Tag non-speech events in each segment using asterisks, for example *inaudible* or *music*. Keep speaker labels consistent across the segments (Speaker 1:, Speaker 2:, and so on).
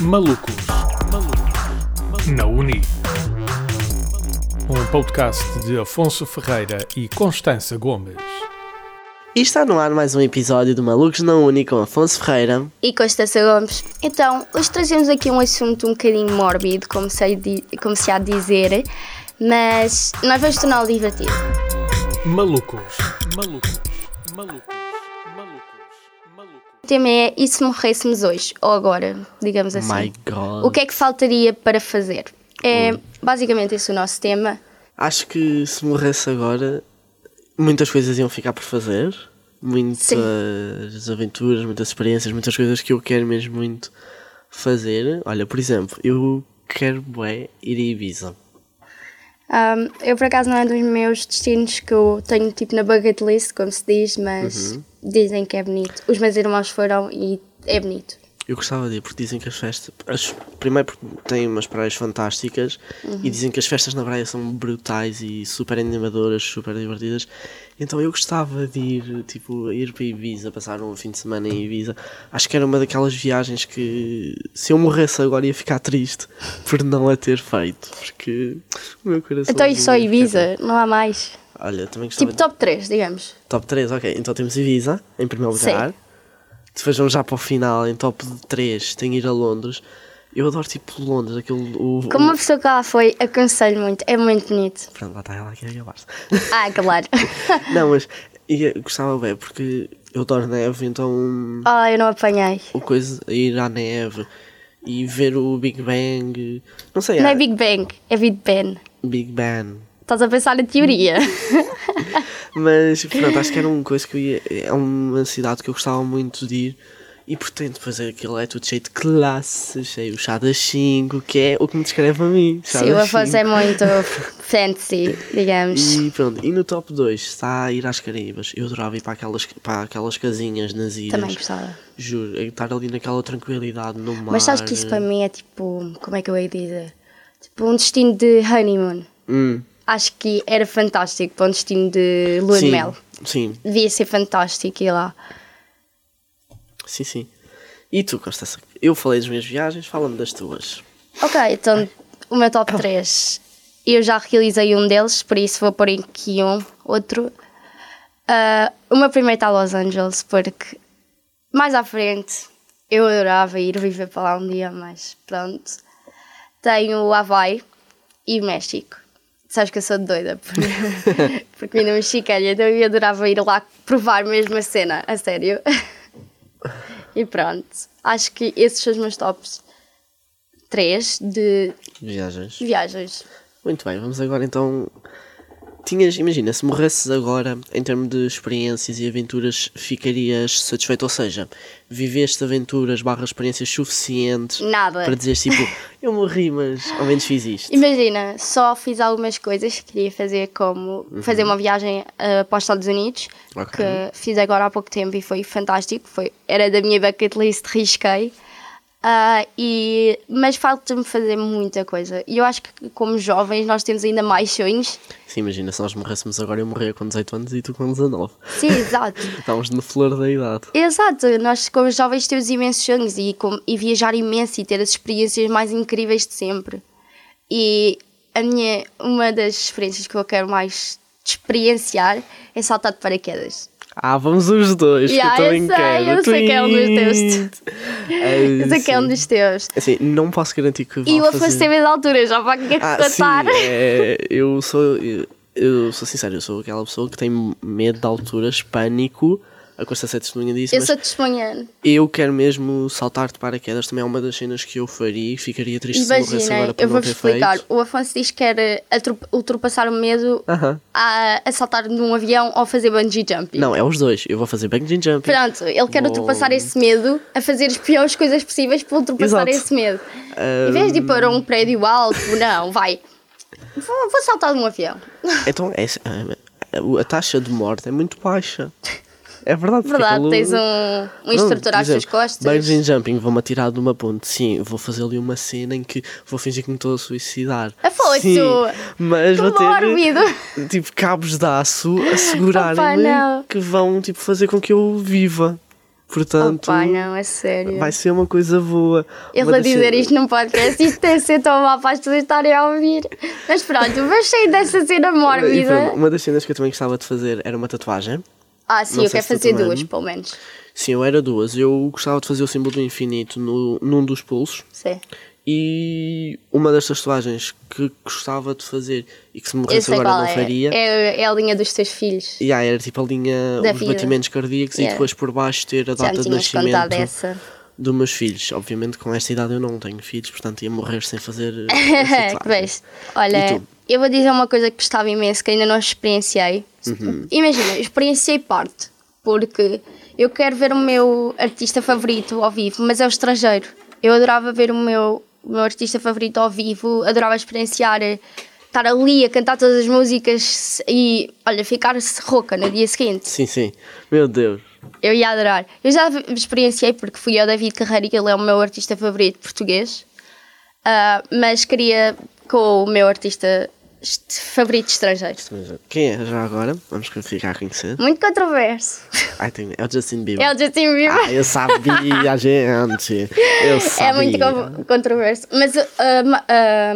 Speaker 1: Malucos. Na Uni. Um podcast de Afonso Ferreira e Constança Gomes.
Speaker 2: E está no ar mais um episódio do Malucos na Uni com Afonso Ferreira.
Speaker 3: e Constança Gomes. Então, hoje trazemos aqui um assunto um bocadinho mórbido, como sei di- como se há de dizer, mas nós vamos torná-lo divertido.
Speaker 1: Malucos. Malucos. Malucos. Malucos. Malucos.
Speaker 3: O tema é e se morrêssemos hoje, ou agora, digamos assim.
Speaker 2: My God.
Speaker 3: O que é que faltaria para fazer? É basicamente esse o nosso tema.
Speaker 2: Acho que se morresse agora, muitas coisas iam ficar por fazer. Muitas aventuras, muitas experiências, muitas coisas que eu quero mesmo muito fazer. Olha, por exemplo, eu quero bué ir a Ibiza.
Speaker 3: Ahm, eu, por acaso, não é dos meus destinos que eu tenho tipo na bucket list, como se diz, mas
Speaker 2: Uhum.
Speaker 3: dizem que é bonito. Os meus irmãos foram e é bonito.
Speaker 2: Eu gostava de ir porque dizem que as festas. as- primeiro porque tem umas praias fantásticas
Speaker 3: Uhum.
Speaker 2: e dizem que as festas na praia são brutais e super animadoras, super divertidas. Então eu gostava de ir, tipo, ir para Ibiza, passar um fim de semana em Ibiza. Acho que era uma daquelas viagens que se eu morresse agora ia ficar triste por não a ter feito. Porque o meu coração.
Speaker 3: Então, e só Ibiza, não há mais.
Speaker 2: Olha, também gostava
Speaker 3: Tipo
Speaker 2: de-
Speaker 3: top 3, digamos.
Speaker 2: Top 3, ok. Então temos Ibiza, em primeiro
Speaker 3: Sim.
Speaker 2: lugar. Depois vamos já para o final, em top 3, tem ir a Londres. Eu adoro tipo Londres, aquele. O,
Speaker 3: Como uma
Speaker 2: o,
Speaker 3: pessoa que lá foi, aconselho muito, é muito bonito.
Speaker 2: Pronto, lá está ela aqui a acabar-se.
Speaker 3: Ah, *laughs* claro.
Speaker 2: *laughs* Não, mas e eu gostava bem, porque eu adoro neve, então
Speaker 3: oh, eu não apanhei.
Speaker 2: o coisa ir à neve e ver o Big Bang. Não sei,
Speaker 3: Não
Speaker 2: há-
Speaker 3: é Big Bang, é Big Ben.
Speaker 2: Big Bang.
Speaker 3: Estás a pensar em teoria. *laughs*
Speaker 2: Mas pronto, acho que era uma coisa que eu ia. É uma cidade que eu gostava muito de ir. E portanto, depois aquilo é tudo cheio de classe, cheio o chá das 5, que é o que me descreve a mim. chá
Speaker 3: Sim, o
Speaker 2: das
Speaker 3: Afonso
Speaker 2: cinco.
Speaker 3: é muito fancy, digamos.
Speaker 2: E pronto, e no top 2 está a ir às Caraíbas. Eu adorava ir para aquelas, para aquelas casinhas nas ilhas.
Speaker 3: Também gostava.
Speaker 2: Juro, é estar ali naquela tranquilidade no mar.
Speaker 3: Mas sabes que isso para mim é tipo, como é que eu ia dizer? Tipo um destino de honeymoon.
Speaker 2: Hum,
Speaker 3: Acho que era fantástico para um destino de lua
Speaker 2: sim,
Speaker 3: de mel.
Speaker 2: Sim,
Speaker 3: Devia ser fantástico ir lá.
Speaker 2: sim, sim. E tu, Constança? Eu falei das minhas viagens, fala-me das tuas.
Speaker 3: Ok, então o meu top 3. Eu já realizei um deles, por isso vou pôr aqui um, outro. Ah, o meu primeiro está a Los Angeles, porque mais à frente eu adorava ir viver para lá um dia, mas pronto. Tenho o Havaí e o México. Sabes que eu sou doida por, por comida mexicana, então eu adorava ir lá provar mesmo a cena, a sério. E pronto, acho que esses são os meus tops 3 de
Speaker 2: Viagens.
Speaker 3: viagens.
Speaker 2: Muito bem, vamos agora então. Tinhas, imagina, se morresses agora, em termos de experiências e aventuras, ficarias satisfeito? Ou seja, viveste aventuras barra experiências suficientes
Speaker 3: Nada.
Speaker 2: para dizeres
Speaker 3: *laughs*
Speaker 2: tipo, eu morri, mas ao menos fiz isto.
Speaker 3: Imagina, só fiz algumas coisas que queria fazer, como fazer uma viagem ah, para os Estados Unidos,
Speaker 2: Ok.
Speaker 3: que fiz agora há pouco tempo e foi fantástico. Foi, era da minha bucket list, risquei. Ah, e, mas falta-me fazer muita coisa. E eu acho que, como jovens, nós temos ainda mais sonhos.
Speaker 2: Sim, imagina, se nós morrêssemos agora, eu morria com 18 anos e tu com 19.
Speaker 3: Sim, *laughs* exato.
Speaker 2: Estávamos na flor da idade.
Speaker 3: Exato, nós como jovens temos imensos sonhos e, com- e viajar imenso e ter as experiências mais incríveis de sempre. E a minha, uma das experiências que eu quero mais experienciar é saltar de paraquedas.
Speaker 2: Ah, vamos os dois,
Speaker 3: Yeah,
Speaker 2: que eu
Speaker 3: eu
Speaker 2: também
Speaker 3: sei,
Speaker 2: quero.
Speaker 3: eu sei que é um dos teus.
Speaker 2: Tweet.
Speaker 3: *laughs*
Speaker 2: Ah,
Speaker 3: Esse aqui é um
Speaker 2: sim.
Speaker 3: dos teus.
Speaker 2: Assim, não posso garantir que
Speaker 3: E
Speaker 2: vá
Speaker 3: o Afonso
Speaker 2: fazer...
Speaker 3: tem medo de altura, já para
Speaker 2: *laughs*
Speaker 3: que
Speaker 2: Ah,
Speaker 3: contar.
Speaker 2: sim, é, eu sou eu, eu sou sincero, eu sou aquela pessoa que tem medo de alturas, pânico. A Constância é testemunha disso,
Speaker 3: Eu
Speaker 2: mas
Speaker 3: sou testemunha.
Speaker 2: eu quero mesmo saltar de paraquedas. Também é uma das cenas que eu faria e ficaria triste se morresse agora
Speaker 3: Imaginem,
Speaker 2: por
Speaker 3: eu
Speaker 2: não
Speaker 3: vou-vos
Speaker 2: ter
Speaker 3: explicar.
Speaker 2: feito. Ah.
Speaker 3: O Afonso diz que quer atrop- ultrapassar o medo
Speaker 2: Aham.
Speaker 3: a, a saltar de um avião ou fazer bungee jumping.
Speaker 2: Não, é os dois. Eu vou fazer bungee jumping.
Speaker 3: Tipo- Pronto, ele quer
Speaker 2: Bom.
Speaker 3: ultrapassar esse medo, a fazer as piores *laughs* coisas possíveis para ultrapassar
Speaker 2: Exato.
Speaker 3: esse medo. Em vez de ir para um prédio alto, não, vai. Vou, vou saltar de um avião.
Speaker 2: Então, é, a, a taxa de morte é muito baixa. É verdade. porque
Speaker 3: Verdade,
Speaker 2: aquilo-
Speaker 3: tens um, um instrutor
Speaker 2: Não, por
Speaker 3: às tuas
Speaker 2: exemplo,
Speaker 3: costas.
Speaker 2: Bungee jumping, vou-me atirar de uma ponte. Sim, vou fazer ali uma cena em que vou fingir que me estou a suicidar.
Speaker 3: Afonso,
Speaker 2: Sim, mas
Speaker 3: que
Speaker 2: vou
Speaker 3: mórbido.
Speaker 2: ter tipo
Speaker 3: *laughs*
Speaker 2: cabos de aço a segurarem-me
Speaker 3: Opa, não.
Speaker 2: que vão tipo fazer com que eu viva. Portanto,
Speaker 3: Opa, não, é sério.
Speaker 2: vai ser uma coisa boa.
Speaker 3: Ele
Speaker 2: Uma
Speaker 3: a
Speaker 2: das-
Speaker 3: dizer isto num podcast, isto deve ser tão mal para as pessoas estarem a ouvir. Mas pronto, mas sair dessa cena
Speaker 2: E pronto,
Speaker 3: mórbida.
Speaker 2: Uma das cenas que eu também gostava de fazer era uma tatuagem.
Speaker 3: Ah, sim,
Speaker 2: Não
Speaker 3: eu
Speaker 2: sei
Speaker 3: quero
Speaker 2: se tu
Speaker 3: fazer
Speaker 2: também.
Speaker 3: duas, pelo menos.
Speaker 2: Sim, eu era duas. Eu gostava de fazer o símbolo do infinito no, num dos pulsos.
Speaker 3: Sim.
Speaker 2: E uma das tatuagens que gostava de fazer e que se
Speaker 3: Eu
Speaker 2: morresse
Speaker 3: sei
Speaker 2: agora
Speaker 3: qual
Speaker 2: não
Speaker 3: é.
Speaker 2: faria.
Speaker 3: é. é a linha dos teus filhos.
Speaker 2: E aí era tipo a linha,
Speaker 3: Da
Speaker 2: os
Speaker 3: vida.
Speaker 2: batimentos cardíacos e
Speaker 3: Yeah.
Speaker 2: depois por baixo ter a
Speaker 3: Já
Speaker 2: data
Speaker 3: me
Speaker 2: de
Speaker 3: tinhas contado
Speaker 2: nascimento
Speaker 3: essa.
Speaker 2: dos meus filhos. Obviamente com esta idade eu não tenho filhos, portanto ia morrer sem fazer.
Speaker 3: *laughs*
Speaker 2: eh, essa
Speaker 3: que
Speaker 2: tatuagem.
Speaker 3: beijo.
Speaker 2: E
Speaker 3: Olha,
Speaker 2: tu?
Speaker 3: eu vou dizer uma coisa que gostava imenso, que ainda não experienciei.
Speaker 2: Uhum.
Speaker 3: Imagina, experienciei parte, porque eu quero ver o meu artista favorito ao vivo, mas é o estrangeiro. Eu adorava ver o meu, o meu artista favorito ao vivo, adorava experienciar eh, estar ali a cantar todas as músicas e, olha, ficar rouca no dia seguinte.
Speaker 2: Sim, sim. Meu Deus.
Speaker 3: Eu ia adorar. Eu já v- experienciei porque fui ao David Carreira e ele é o meu artista favorito português. Ah, mas queria com o meu artista est- favorito estrangeiro.
Speaker 2: Mas, Quem é já agora? Vamos ficar a conhecer.
Speaker 3: Muito controverso.
Speaker 2: Ai, tem- é o Justin Bieber.
Speaker 3: É o Justin
Speaker 2: Ah,
Speaker 3: Bieber.
Speaker 2: eu sabia, gente. Eu sabia.
Speaker 3: *laughs* É muito con- controverso. Mas ah, ma- ah,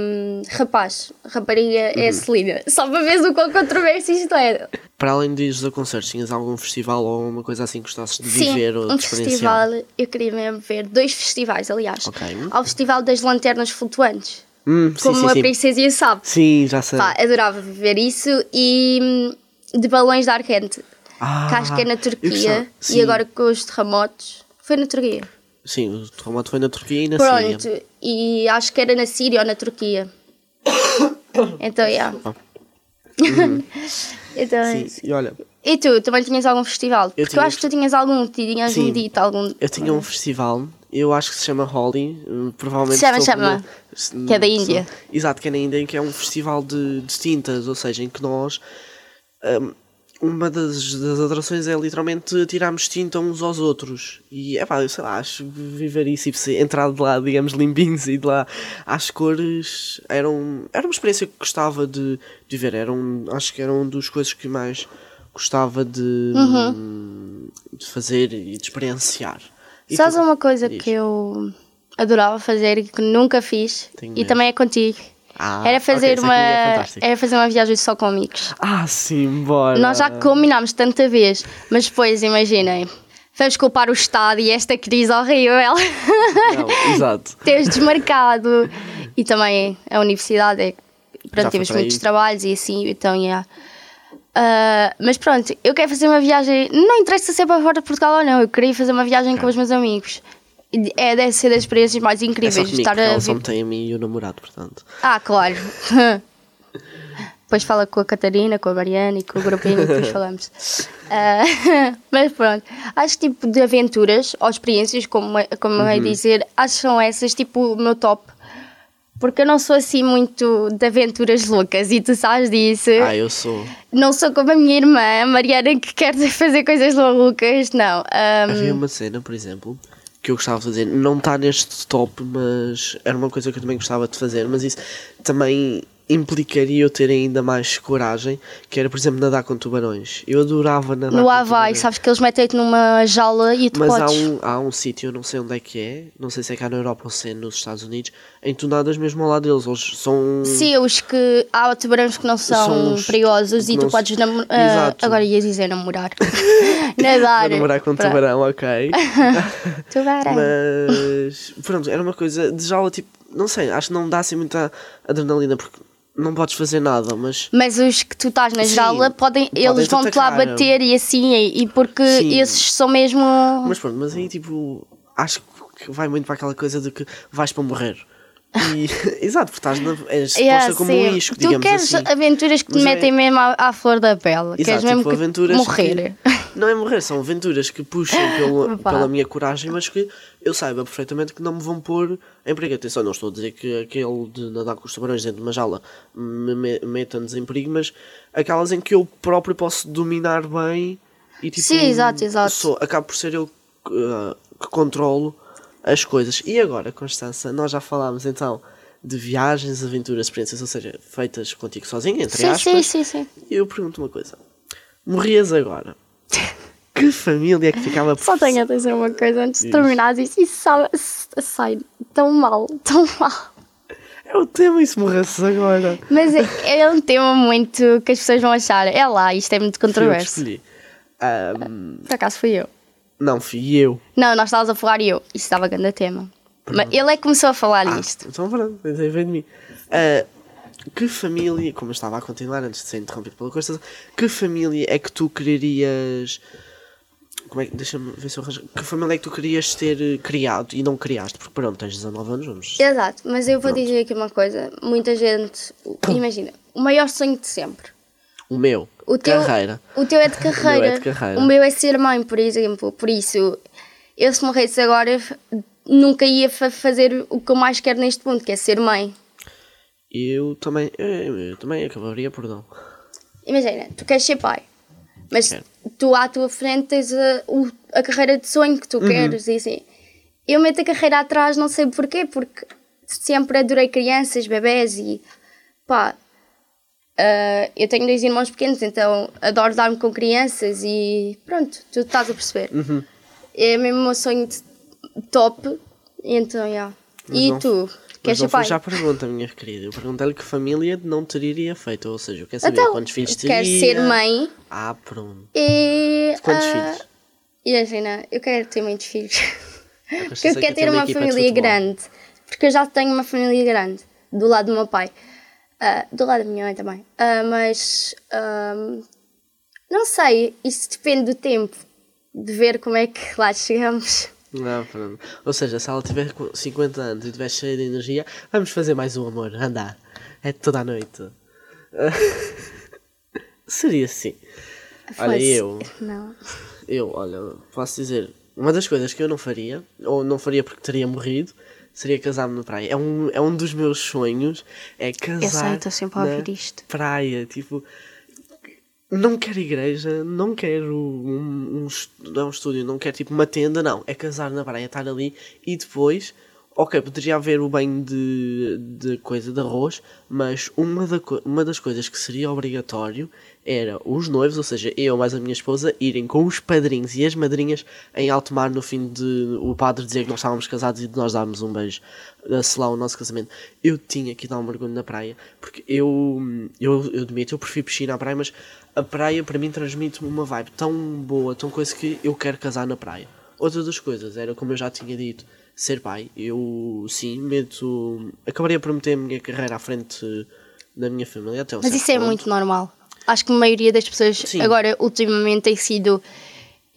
Speaker 3: rapaz, rapariga
Speaker 2: Uhum.
Speaker 3: é Celina. Só para ver o quão controverso isto é.
Speaker 2: Para além de ires a concertos, tinhas algum festival ou alguma coisa assim que gostasses de
Speaker 3: Sim,
Speaker 2: viver ou de
Speaker 3: um
Speaker 2: experienciar?
Speaker 3: festival. Eu queria mesmo ver dois festivais, aliás.
Speaker 2: Ok.
Speaker 3: Ao Festival das Lanternas Flutuantes.
Speaker 2: Hum, sim,
Speaker 3: Como
Speaker 2: sim,
Speaker 3: a
Speaker 2: sim.
Speaker 3: princesa e a sapo.
Speaker 2: Sim, já sei.
Speaker 3: Pá, adorava viver isso e hum, de balões de ar quente.
Speaker 2: Ah,
Speaker 3: que acho que é na
Speaker 2: eu gostava-
Speaker 3: Turquia
Speaker 2: sim.
Speaker 3: e agora com os terremotos. Foi na Turquia.
Speaker 2: Sim, o terremoto foi na Turquia e na
Speaker 3: Pronto,
Speaker 2: Síria.
Speaker 3: e acho que era na Síria ou
Speaker 2: *coughs*
Speaker 3: na Turquia. então, é. *laughs*
Speaker 2: Uhum.
Speaker 3: então, é
Speaker 2: Sim,
Speaker 3: isso.
Speaker 2: e olha,
Speaker 3: E tu, também tinhas algum festival? Porque eu,
Speaker 2: tinha
Speaker 3: acho que tu tinhas algum, tinhas
Speaker 2: Sim.
Speaker 3: me dito algum.
Speaker 2: eu tinha um festival, eu acho que se chama Holi, hum, provavelmente...
Speaker 3: Chama,
Speaker 2: estou
Speaker 3: chama.
Speaker 2: com-
Speaker 3: Que é da
Speaker 2: Sim.
Speaker 3: Índia.
Speaker 2: Exato, que é na Índia, em que é um festival de, de tintas, ou seja, em que nós... hum, uma das, das atrações é literalmente tirarmos tinta uns aos outros. E é pá, eu sei lá, acho que viver isso e se entrar de lá, digamos, limpinhos e de lá às cores era, um, era uma experiência que gostava de, de ver. Era um, acho que era uma das coisas que mais gostava de, de fazer e de experienciar. E
Speaker 3: Uhum. Sabes
Speaker 2: tu?
Speaker 3: uma coisa
Speaker 2: Diz.
Speaker 3: que eu adorava fazer e que nunca fiz?
Speaker 2: Tenho
Speaker 3: e
Speaker 2: medo.
Speaker 3: também é contigo.
Speaker 2: Ah,
Speaker 3: era
Speaker 2: ok,
Speaker 3: fazer
Speaker 2: isso aqui
Speaker 3: uma.
Speaker 2: é fantástico.
Speaker 3: era fazer uma viagem só com amigos.
Speaker 2: Ah, sim, bora.
Speaker 3: Nós já combinámos tanta vez, mas depois, imaginem, vamos culpar o Estado e esta crise horrível, *laughs*
Speaker 2: Não, exato.
Speaker 3: teres desmarcado e também a universidade, é,
Speaker 2: Já
Speaker 3: pronto,
Speaker 2: foi
Speaker 3: tivemos
Speaker 2: para aí.
Speaker 3: muitos trabalhos e assim, então, yeah. Ah, mas pronto, eu quero fazer uma viagem, não interessa se é para fora de Portugal ou não, eu queria fazer uma viagem com os meus amigos. E É, deve ser das experiências mais
Speaker 2: É
Speaker 3: incríveis.
Speaker 2: só comigo,
Speaker 3: estar
Speaker 2: porque
Speaker 3: a
Speaker 2: ela só me
Speaker 3: vi-
Speaker 2: tem a mim e o namorado, portanto.
Speaker 3: Ah, claro. *laughs* depois fala com a Catarina, com a Mariana e com o grupinho
Speaker 2: *laughs*
Speaker 3: e depois falamos. Ah, *laughs* mas pronto, acho que tipo de aventuras ou experiências, como, é- como
Speaker 2: Uhum.
Speaker 3: eu ia dizer, acho que são essas tipo o meu top. Porque eu não sou assim muito de aventuras loucas e tu sabes disso.
Speaker 2: Ah, eu sou.
Speaker 3: Não sou como a minha irmã, a Mariana, que quer *laughs* fazer coisas loucas, não. Ah,
Speaker 2: Havia uma cena, por exemplo, que eu gostava de fazer, não está neste top, mas era uma coisa que eu também gostava de fazer, mas isso também implicaria eu ter ainda mais coragem, que era, por exemplo, nadar com tubarões. Eu adorava nadar
Speaker 3: no
Speaker 2: com
Speaker 3: Havaí,
Speaker 2: tubarões.
Speaker 3: sabes que eles metem-te numa jaula e tu
Speaker 2: Mas há
Speaker 3: podes.
Speaker 2: um, há um sítio, eu não sei onde é que é, não sei se é cá na Europa ou se é nos Estados Unidos, em que tu nadas mesmo ao lado deles. Eles são. *laughs*
Speaker 3: Sim, os que há tubarões que não são,
Speaker 2: São os-
Speaker 3: perigosos e
Speaker 2: que
Speaker 3: tu
Speaker 2: não se-
Speaker 3: podes namorar.
Speaker 2: Exato.
Speaker 3: agora ia dizer namorar. *laughs* Nadar.
Speaker 2: Vou namorar com um
Speaker 3: Pra-
Speaker 2: tubarão,
Speaker 3: *laughs*
Speaker 2: ok.
Speaker 3: Tubarão.
Speaker 2: Mas pronto, era uma coisa de jaula, tipo, não sei, acho que não me dá assim muita adrenalina porque não podes fazer nada, mas
Speaker 3: Mas os que tu estás na
Speaker 2: Sim,
Speaker 3: jaula, podem,
Speaker 2: podem
Speaker 3: eles
Speaker 2: te
Speaker 3: vão-te lá
Speaker 2: atacar.
Speaker 3: bater e assim, e, e porque
Speaker 2: Sim.
Speaker 3: esses são mesmo.
Speaker 2: Mas pronto, mas aí tipo, acho que vai muito para aquela coisa de que vais para morrer. E, *laughs* exato, porque estás na, és exposta
Speaker 3: Yeah,
Speaker 2: como
Speaker 3: sim.
Speaker 2: um isco,
Speaker 3: tu
Speaker 2: digamos
Speaker 3: queres
Speaker 2: assim.
Speaker 3: aventuras que te
Speaker 2: Mas é-
Speaker 3: metem mesmo à, à flor da pele. queres
Speaker 2: Exato,
Speaker 3: mesmo
Speaker 2: tipo,
Speaker 3: que-
Speaker 2: aventuras
Speaker 3: *laughs* morrer.
Speaker 2: que- *laughs* não é morrer, são aventuras que puxam
Speaker 3: *laughs*
Speaker 2: pela,
Speaker 3: Opa.
Speaker 2: pela minha coragem, mas que eu saiba perfeitamente que não me vão pôr em perigo. Atenção, não estou a dizer que aquele de nadar com os tubarões dentro de uma jaula me me- meta-nos em perigo, mas aquelas em que eu próprio posso dominar bem e tipo.
Speaker 3: Sim, exato, exato.
Speaker 2: sou- acabo por ser eu que, ah, que controlo as coisas. E agora, Constança, nós já falámos então. De viagens, aventuras, experiências, ou seja, feitas contigo sozinha, entre
Speaker 3: Sim,
Speaker 2: aspas.
Speaker 3: sim, sim, sim. *laughs*
Speaker 2: Eu pergunto uma coisa. Morrias agora. Que família é que ficava por
Speaker 3: Só tenho a dizer uma coisa antes de terminar isso. Isso sabe- sai tão mal, tão mal.
Speaker 2: É o tema esmorraças agora.
Speaker 3: Mas é, é um tema muito que as pessoas vão achar. É lá, isto é muito
Speaker 2: Fui eu que
Speaker 3: controverso.
Speaker 2: escolhi. Ahm,
Speaker 3: Por acaso fui eu.
Speaker 2: não, fui eu.
Speaker 3: Não, nós estávamos a falar e eu. Isso dava grande tema. Mas ele é que começou a falar
Speaker 2: Ah,
Speaker 3: nisto.
Speaker 2: Então pronto, mas aí vem de mim. Ah, que família, como eu estava a continuar antes de ser interrompido pela coisa, que família é que tu querias. Como é que. Deixa-me ver se eu arranjo. Que família é que tu querias ter eh, criado e não criaste? Porque pronto, tens 19 anos, vamos.
Speaker 3: Exato, mas eu vou dizer aqui uma coisa. Muita gente.
Speaker 2: Hum.
Speaker 3: Imagina, o maior sonho de sempre.
Speaker 2: O meu.
Speaker 3: O teu,
Speaker 2: carreira.
Speaker 3: O teu é de
Speaker 2: *laughs* O
Speaker 3: carreira.
Speaker 2: meu é de carreira.
Speaker 3: O meu é ser mãe, por exemplo. Por isso, eu se morresse agora, f- nunca ia fa- fazer o que eu mais quero neste mundo, que é ser mãe.
Speaker 2: Eu também. Eu, eu também acabaria por não.
Speaker 3: Imagina, tu queres ser pai, mas
Speaker 2: Quero.
Speaker 3: tu à tua frente tens a, o- a carreira de sonho que tu
Speaker 2: Uhum.
Speaker 3: queres e assim. Eu meto a carreira atrás, não sei porquê, porque sempre adorei crianças, bebés e pá. ah, eu tenho dois irmãos pequenos, então adoro dar-me com crianças e pronto, tu estás a perceber.
Speaker 2: Uhum.
Speaker 3: É mesmo o meu sonho de top, então, yeah.
Speaker 2: Mas
Speaker 3: E
Speaker 2: não-
Speaker 3: tu?
Speaker 2: Mas
Speaker 3: Queres
Speaker 2: não foi
Speaker 3: ser pai? Então,
Speaker 2: já a pergunta, minha querida. Eu perguntei-lhe que família não teria feito. Ou seja, eu quero saber
Speaker 3: Então,
Speaker 2: quantos filhos teria.
Speaker 3: queres ser mãe
Speaker 2: Ah, pronto.
Speaker 3: e.
Speaker 2: Quantos
Speaker 3: ah,
Speaker 2: filhos?
Speaker 3: Imagina, é assim, né? eu quero ter muitos filhos. Porque
Speaker 2: sei
Speaker 3: eu
Speaker 2: que
Speaker 3: quero
Speaker 2: tem
Speaker 3: ter uma
Speaker 2: equipa de
Speaker 3: família
Speaker 2: futebol.
Speaker 3: grande. Porque eu já tenho uma família grande. Do lado do meu pai. Ah, do lado da minha mãe também. Ah, mas. ahm, não sei, isso depende do tempo. De ver como é que lá chegamos.
Speaker 2: Não, Ah, pronto. Ou seja, se ela tiver com 50 anos e tiver cheia de energia, vamos fazer mais um amor, andar. É toda a noite. *laughs* Seria assim. Olha,
Speaker 3: Fosse-
Speaker 2: eu.
Speaker 3: Não.
Speaker 2: Eu, olha, posso dizer, uma das coisas que eu não faria, ou não faria porque teria morrido, seria casar-me na praia. É um, é um dos meus sonhos, é casar
Speaker 3: estou sempre a
Speaker 2: na
Speaker 3: ouvir isto.
Speaker 2: praia, tipo... Não quero igreja, não quero um, um, est- não é um estúdio, não quero tipo uma tenda, não. É casar na praia, estar ali e depois, ok, poderia haver o banho de, de coisa de arroz, mas uma, da co- uma das coisas que seria obrigatório era os noivos, ou seja, eu mais a minha esposa, irem com os padrinhos e as madrinhas em alto mar no fim de o padre dizer que nós estávamos casados e de nós darmos um beijo a selar o nosso casamento. Eu tinha que dar um mergulho na praia, porque eu, eu, eu admito, eu prefiro piscina à praia, mas a praia para mim transmite-me uma vibe tão boa, tão coisa que eu quero casar na praia. Outra das coisas era, como eu já tinha dito, ser pai. Eu, sim, meto. Acabaria por meter a minha carreira à frente da minha família até um
Speaker 3: Mas
Speaker 2: certo
Speaker 3: isso é
Speaker 2: ponto.
Speaker 3: muito normal. Acho que a maioria das pessoas
Speaker 2: Sim.
Speaker 3: agora ultimamente tem sido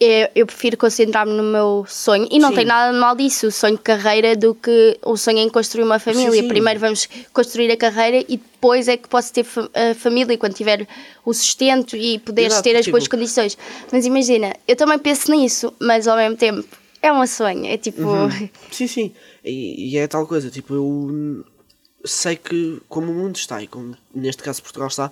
Speaker 3: é, eu, eu prefiro concentrar-me no meu sonho e não
Speaker 2: Sim.
Speaker 3: tem nada de mal disso, o sonho de carreira do que o sonho em construir uma família.
Speaker 2: sim.
Speaker 3: Primeiro vamos construir a carreira e depois é que posso ter fa- a família quando tiver o sustento e poderes
Speaker 2: Exato,
Speaker 3: ter as
Speaker 2: tipo-
Speaker 3: boas condições. Mas imagina, eu também penso nisso, mas ao mesmo tempo é um sonho, é tipo
Speaker 2: Sim, sim. E, e é tal coisa, tipo, eu hum, sei que como o mundo está e como neste caso Portugal está,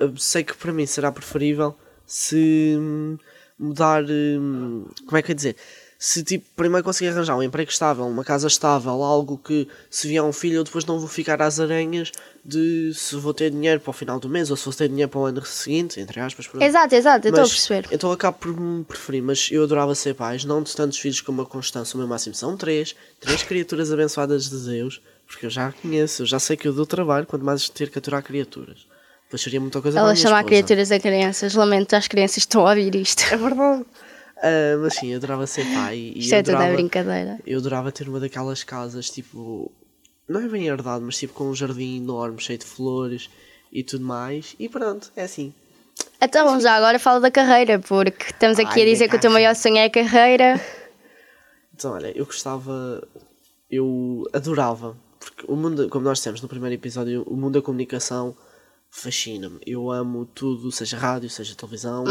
Speaker 2: hum, sei que para mim será preferível se hum, mudar. hum, Como é que eu ia dizer? Se tipo, primeiro conseguir arranjar um emprego estável, uma casa estável, algo que se vier um filho eu depois não vou ficar às aranhas de se vou ter dinheiro para o final do mês ou se vou ter dinheiro para o ano seguinte, entre aspas. pronto.
Speaker 3: *laughs* Exato, exato, eu estou a
Speaker 2: Mas-
Speaker 3: perceber.
Speaker 2: Então eu acabo por me preferir, mas eu adorava ser pais, não de tantos filhos como a Constância, o meu máximo são três, três criaturas abençoadas de Deus, porque eu já conheço, eu já sei que eu dou trabalho, quanto mais ter que aturar criaturas. Depois seria muita coisa para a
Speaker 3: Ela
Speaker 2: minha
Speaker 3: chama a
Speaker 2: esposa.
Speaker 3: criaturas a crianças, lamento, as crianças estão a ouvir isto.
Speaker 2: É verdade. Ah, mas sim, eu adorava ser pai. E
Speaker 3: Isto
Speaker 2: eu
Speaker 3: é toda
Speaker 2: adorava-
Speaker 3: brincadeira.
Speaker 2: Eu adorava ter uma daquelas casas, tipo, não é bem herdado, mas tipo com um jardim enorme, cheio de flores e tudo mais, e pronto, é assim.
Speaker 3: Então, já agora fala da carreira, porque estamos aqui
Speaker 2: Ai,
Speaker 3: a dizer
Speaker 2: minha
Speaker 3: que o teu
Speaker 2: carreira.
Speaker 3: maior sonho é a carreira.
Speaker 2: Então, olha, eu gostava. Eu adorava. Porque o mundo, como nós dissemos no primeiro episódio, o mundo da comunicação fascina-me. Eu amo tudo, seja rádio, seja televisão,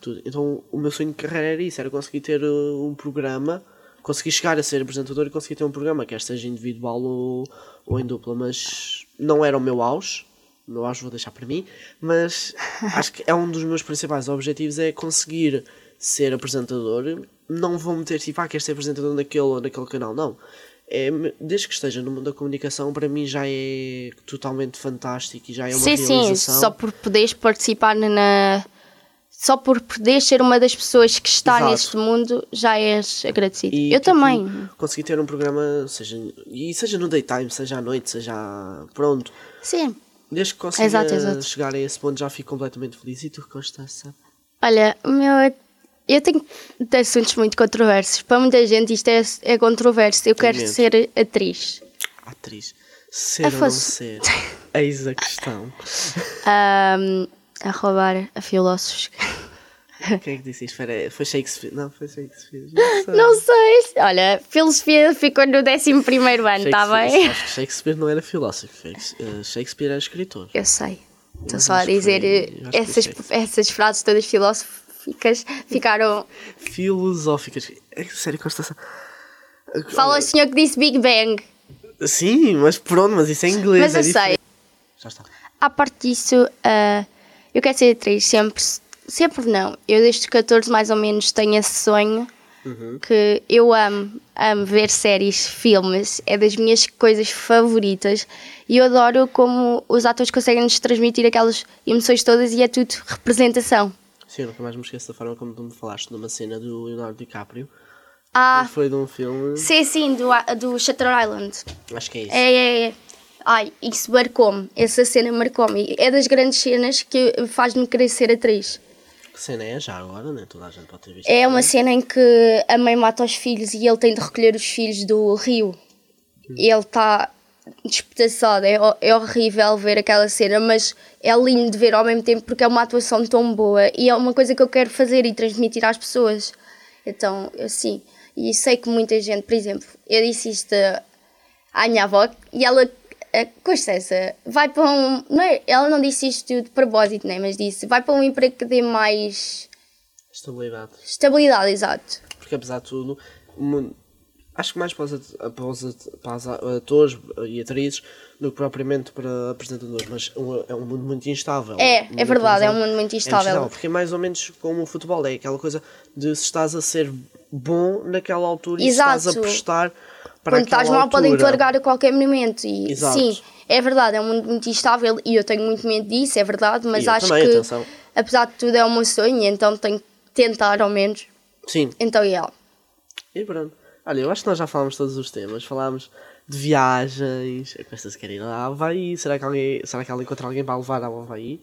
Speaker 2: tudo. Então, o meu sonho de carreira era isso: era conseguir ter uh, um programa, conseguir chegar a ser apresentador e conseguir ter um programa, quer seja individual ou, ou em dupla. Mas não era o meu auge. O meu auge vou deixar para mim. Mas acho que é um dos meus principais objetivos: é conseguir ser apresentador, não vou meter tipo, ah, queres ser apresentador naquele ou naquele canal, não. É, me- desde que esteja no mundo da comunicação, para mim já é totalmente fantástico e já é uma
Speaker 3: sim, sim,
Speaker 2: realização.
Speaker 3: só por poderes participar na. só por poder ser uma das pessoas que está
Speaker 2: Exato.
Speaker 3: neste mundo, já és agradecido.
Speaker 2: E,
Speaker 3: eu
Speaker 2: tipo,
Speaker 3: também.
Speaker 2: Consegui ter um programa, seja, e seja no daytime, seja à noite, seja. Pronto.
Speaker 3: Sim.
Speaker 2: Desde que consiga
Speaker 3: Exato, exato.
Speaker 2: chegar a esse ponto, já fico completamente feliz. E tu, Constança?
Speaker 3: Olha, o meu, é- eu tenho de assuntos muito controversos. Para muita gente isto é, é controverso. Eu quero
Speaker 2: mesmo.
Speaker 3: ser atriz.
Speaker 2: Atriz. Ser
Speaker 3: Ah,
Speaker 2: ou não
Speaker 3: fosse-
Speaker 2: ser?
Speaker 3: *laughs*
Speaker 2: Eis a questão.
Speaker 3: Ahm, a roubar a filósofos. *laughs*
Speaker 2: Quem é que disse isto? Espera, aí, foi Shakespeare. Não, foi Shakespeare. Não sei.
Speaker 3: Não sei. Olha, filosofia ficou no 11 primeiro ano, está
Speaker 2: Shakespeare-
Speaker 3: tá bem?
Speaker 2: Acho que Shakespeare não era filósofo. Shakes- eh, Shakespeare era escritor.
Speaker 3: Eu sei. Estou
Speaker 2: Mas
Speaker 3: só a
Speaker 2: acho que
Speaker 3: dizer
Speaker 2: foi-
Speaker 3: eh,
Speaker 2: acho que
Speaker 3: essas,
Speaker 2: foi Shakespeare.
Speaker 3: essas frases todas filosóficas ficaram.
Speaker 2: Filosóficas. É que sério, Constança.
Speaker 3: Fala o senhor que disse Big Bang.
Speaker 2: Sim, mas pronto, mas isso é inglês.
Speaker 3: Mas
Speaker 2: é
Speaker 3: eu sei.
Speaker 2: diferente. Já está.
Speaker 3: À parte disso, ah, eu quero ser atriz sempre. Sempre não. Eu desde os 14 mais ou menos tenho esse sonho
Speaker 2: Uhum.
Speaker 3: que eu amo, amo ver séries, filmes, é das minhas coisas favoritas e eu adoro como os atores conseguem nos transmitir aquelas emoções todas e é tudo representação.
Speaker 2: Sim, eu nunca mais me esqueço da forma como tu me falaste de uma cena do Leonardo DiCaprio.
Speaker 3: Ah,
Speaker 2: Foi de um filme.
Speaker 3: sim, sim, do, do Shutter Island.
Speaker 2: Acho que é isso.
Speaker 3: É, é, é. Ai, isso marcou-me, essa cena marcou-me. É das grandes cenas que faz-me querer ser atriz.
Speaker 2: Que cena é já agora, né? Toda a gente pode ter visto.
Speaker 3: É uma cena em que a mãe mata os filhos e ele tem de recolher os filhos do rio. E ele está despedaçado. É, ho- é horrível ver aquela cena, mas é lindo de ver ao mesmo tempo porque é uma atuação tão boa e é uma coisa que eu quero fazer e transmitir às pessoas. Então, eu sim. E sei que muita gente, por exemplo, eu disse isto à minha avó e ela, a Constança, vai para um. Não é, ela não disse isto de propósito, né? mas disse: vai para um emprego que dê mais
Speaker 2: Estabilidade.
Speaker 3: estabilidade, exato.
Speaker 2: Porque apesar de tudo, mu- acho que mais para os, at- para os at- para os a- atores e atrizes do que propriamente para apresentadores, mas um- é um mundo muito instável.
Speaker 3: É,
Speaker 2: O
Speaker 3: é
Speaker 2: mundo
Speaker 3: verdade,
Speaker 2: da televisão
Speaker 3: é um mundo muito instável.
Speaker 2: porque é mais ou menos como o futebol, é aquela coisa de se estás a ser bom naquela altura e se estás
Speaker 3: Exato.
Speaker 2: a prestar para
Speaker 3: Quando
Speaker 2: aquela
Speaker 3: estás mal,
Speaker 2: altura.
Speaker 3: podem-te largar a qualquer momento. E,
Speaker 2: Exato.
Speaker 3: Sim, é verdade, é um mundo muito instável e eu tenho muito medo disso, é verdade, mas
Speaker 2: E eu
Speaker 3: acho
Speaker 2: também,
Speaker 3: que,
Speaker 2: atenção.
Speaker 3: apesar de tudo, é o meu sonho, então tenho que tentar ao menos.
Speaker 2: Sim,
Speaker 3: Então, é.
Speaker 2: E pronto. Olha, eu acho que nós já falámos todos os temas. Falámos de viagens. É A Costa se quer ir a Havaí. Será que, alguém, será que ela encontra alguém para levar ao Havaí?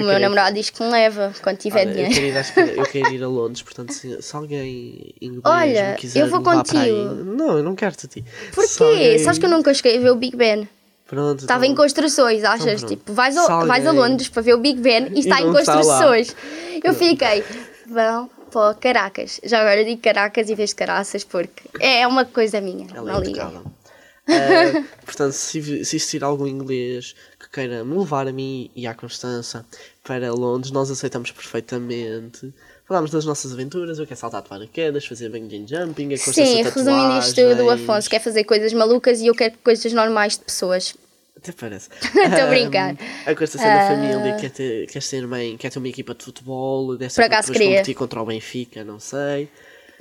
Speaker 2: Eu
Speaker 3: meu
Speaker 2: quero- é
Speaker 3: namorado diz que me leva quando tiver
Speaker 2: Olha, eu,
Speaker 3: é dinheiro.
Speaker 2: quero ir, acho que- eu quero ir a Londres, portanto, se, se alguém inglês
Speaker 3: Olha,
Speaker 2: me quiser
Speaker 3: eu vou
Speaker 2: levar para aí-
Speaker 3: contigo.
Speaker 2: Não, eu não quero-te a ti. Se
Speaker 3: *laughs* Porquê?
Speaker 2: alguém-
Speaker 3: Sabes que eu nunca cheguei a ver o Big Ben?
Speaker 2: Pronto,
Speaker 3: Estava em
Speaker 2: então-
Speaker 3: construções, achas?
Speaker 2: pronto.
Speaker 3: tipo, vais,
Speaker 2: Se
Speaker 3: ao,
Speaker 2: alguém-
Speaker 3: vais a Londres para ver o Big Ben e está
Speaker 2: não
Speaker 3: em
Speaker 2: está lá.
Speaker 3: construções. Eu fiquei, vão para Caracas. Já agora digo Caracas em vez de Caraças porque é uma coisa minha.
Speaker 2: Ela
Speaker 3: não
Speaker 2: é
Speaker 3: liga.
Speaker 2: impecável.
Speaker 3: *laughs*
Speaker 2: Ah, portanto, se, vi- se existir algum inglês que queira me levar a mim e à Constança para Londres, nós aceitamos perfeitamente. Falámos das nossas aventuras, eu quero saltar de paraquedas, fazer bungee jumping, a Constança
Speaker 3: Sim, resumindo isto tudo, o
Speaker 2: tatuagens.
Speaker 3: Afonso quer fazer coisas malucas e eu quero coisas normais de pessoas.
Speaker 2: Até
Speaker 3: *laughs*
Speaker 2: parece.
Speaker 3: Estou a brincar.
Speaker 2: Ah, a Constança é da família, quer, ter, quer ser mãe, quer ter uma equipa de futebol, deve ser
Speaker 3: Por acaso
Speaker 2: depois
Speaker 3: queria.
Speaker 2: competir contra o Benfica, não sei.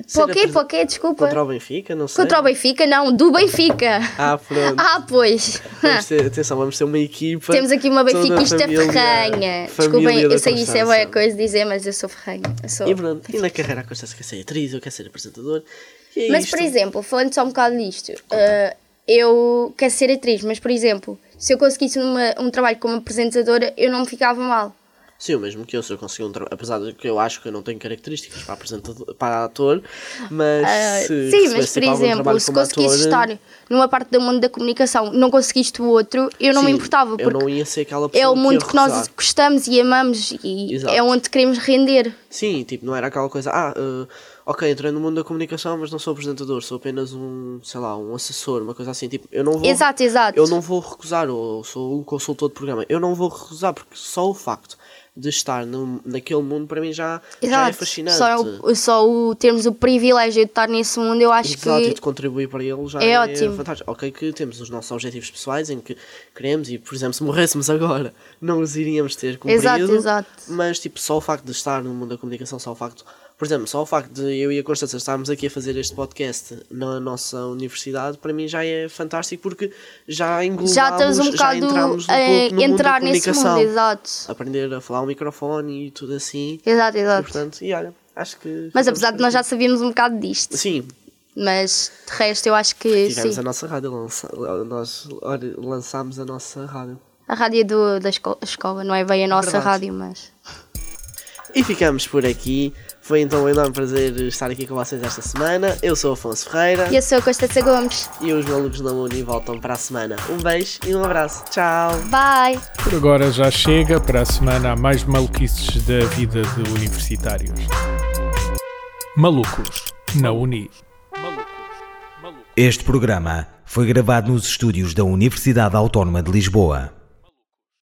Speaker 2: Ser
Speaker 3: Para o quê?
Speaker 2: apresen-
Speaker 3: Para o quê? Desculpa.
Speaker 2: Contra o Benfica, não sei.
Speaker 3: Contra o Benfica? Não, do Benfica.
Speaker 2: Ah, pronto.
Speaker 3: Ah, pois.
Speaker 2: Vamos ter, atenção, vamos ter uma equipa.
Speaker 3: *laughs* Temos aqui uma
Speaker 2: toda
Speaker 3: benfiquista
Speaker 2: família- família
Speaker 3: ferranha. Desculpem,
Speaker 2: da
Speaker 3: eu sei que isso é
Speaker 2: Constança.
Speaker 3: boa coisa de dizer, mas eu sou ferranha. Eu sou.
Speaker 2: E pronto, e na carreira a Constança quer ser atriz, eu quero ser apresentador. E é
Speaker 3: Mas,
Speaker 2: isto.
Speaker 3: por exemplo, falando só um bocado disto, eh, eu quero ser atriz, mas, por exemplo, se eu conseguisse uma- um trabalho como apresentadora, eu não me ficava mal.
Speaker 2: Sim, o mesmo que eu, se eu conseguir um trabalho. Apesar de que eu acho que eu não tenho características para apresentador, para ator, mas.
Speaker 3: Ah,
Speaker 2: se
Speaker 3: sim,
Speaker 2: recebesse,
Speaker 3: mas, por
Speaker 2: tipo, algum
Speaker 3: exemplo,
Speaker 2: trabalho
Speaker 3: se
Speaker 2: como
Speaker 3: conseguisse
Speaker 2: ator,
Speaker 3: estar numa parte do mundo da comunicação, não conseguiste o outro, eu não me
Speaker 2: sim,
Speaker 3: importava,
Speaker 2: Eu
Speaker 3: porque
Speaker 2: não ia ser aquela pessoa
Speaker 3: é o
Speaker 2: que
Speaker 3: mundo
Speaker 2: ia
Speaker 3: que nós
Speaker 2: recusar.
Speaker 3: gostamos e amamos e
Speaker 2: Exato.
Speaker 3: é onde queremos render.
Speaker 2: Sim, tipo, não era aquela coisa, ah, eh, ok, entrei no mundo da comunicação, mas não sou apresentador, sou apenas um, sei lá, um assessor, uma coisa assim, tipo, eu não vou...
Speaker 3: Exato, exato.
Speaker 2: Eu não vou recusar, ou sou um consultor de programa, eu não vou recusar, porque só o facto de estar no, naquele mundo, para mim, já, já é
Speaker 3: Exato.
Speaker 2: fascinante.
Speaker 3: só, o, só o termos o privilégio de estar nesse mundo, eu acho
Speaker 2: Exato, e
Speaker 3: que
Speaker 2: de contribuir para ele já
Speaker 3: é
Speaker 2: é,
Speaker 3: ótimo.
Speaker 2: fantástico. Ok, que temos os nossos objetivos pessoais em que queremos, e por exemplo, se morrêssemos agora, não os iríamos ter cumprido.
Speaker 3: Exato, exato.
Speaker 2: Mas, tipo, só o facto de estar no mundo da comunicação, só o facto Por exemplo, só o facto de eu e a Constança estarmos aqui a fazer este podcast na nossa universidade, para mim já é fantástico porque já englobamos,
Speaker 3: Já estamos um
Speaker 2: já
Speaker 3: bocado
Speaker 2: entramos no,
Speaker 3: a
Speaker 2: pouco no
Speaker 3: entrar
Speaker 2: mundo da
Speaker 3: nesse
Speaker 2: comunicação.
Speaker 3: mundo, exato.
Speaker 2: Aprender a falar o microfone e tudo assim.
Speaker 3: Exato,
Speaker 2: E,
Speaker 3: exato.
Speaker 2: portanto, e olha, acho que...
Speaker 3: Mas apesar de nós já sabíamos um bocado disto,
Speaker 2: Sim,
Speaker 3: mas de resto eu acho que
Speaker 2: tivemos
Speaker 3: sim.
Speaker 2: a nossa rádio, lança, nós olha, lançámos a nossa rádio.
Speaker 3: A rádio é do, da esco- escola, não é bem a nossa
Speaker 2: Verdade.
Speaker 3: rádio, mas.
Speaker 2: E ficamos por aqui. Foi então um enorme prazer estar aqui com vocês esta semana. Eu sou Afonso Ferreira
Speaker 3: E eu sou a Constança Gomes.
Speaker 2: e os malucos da Uni voltam para a semana. Um beijo e um abraço. Tchau!
Speaker 3: Bye!
Speaker 1: Por agora já chega, para a semana há mais maluquices da vida de universitários. Malucos na Uni.
Speaker 4: Este programa foi gravado nos estúdios da Universidade Autónoma de Lisboa.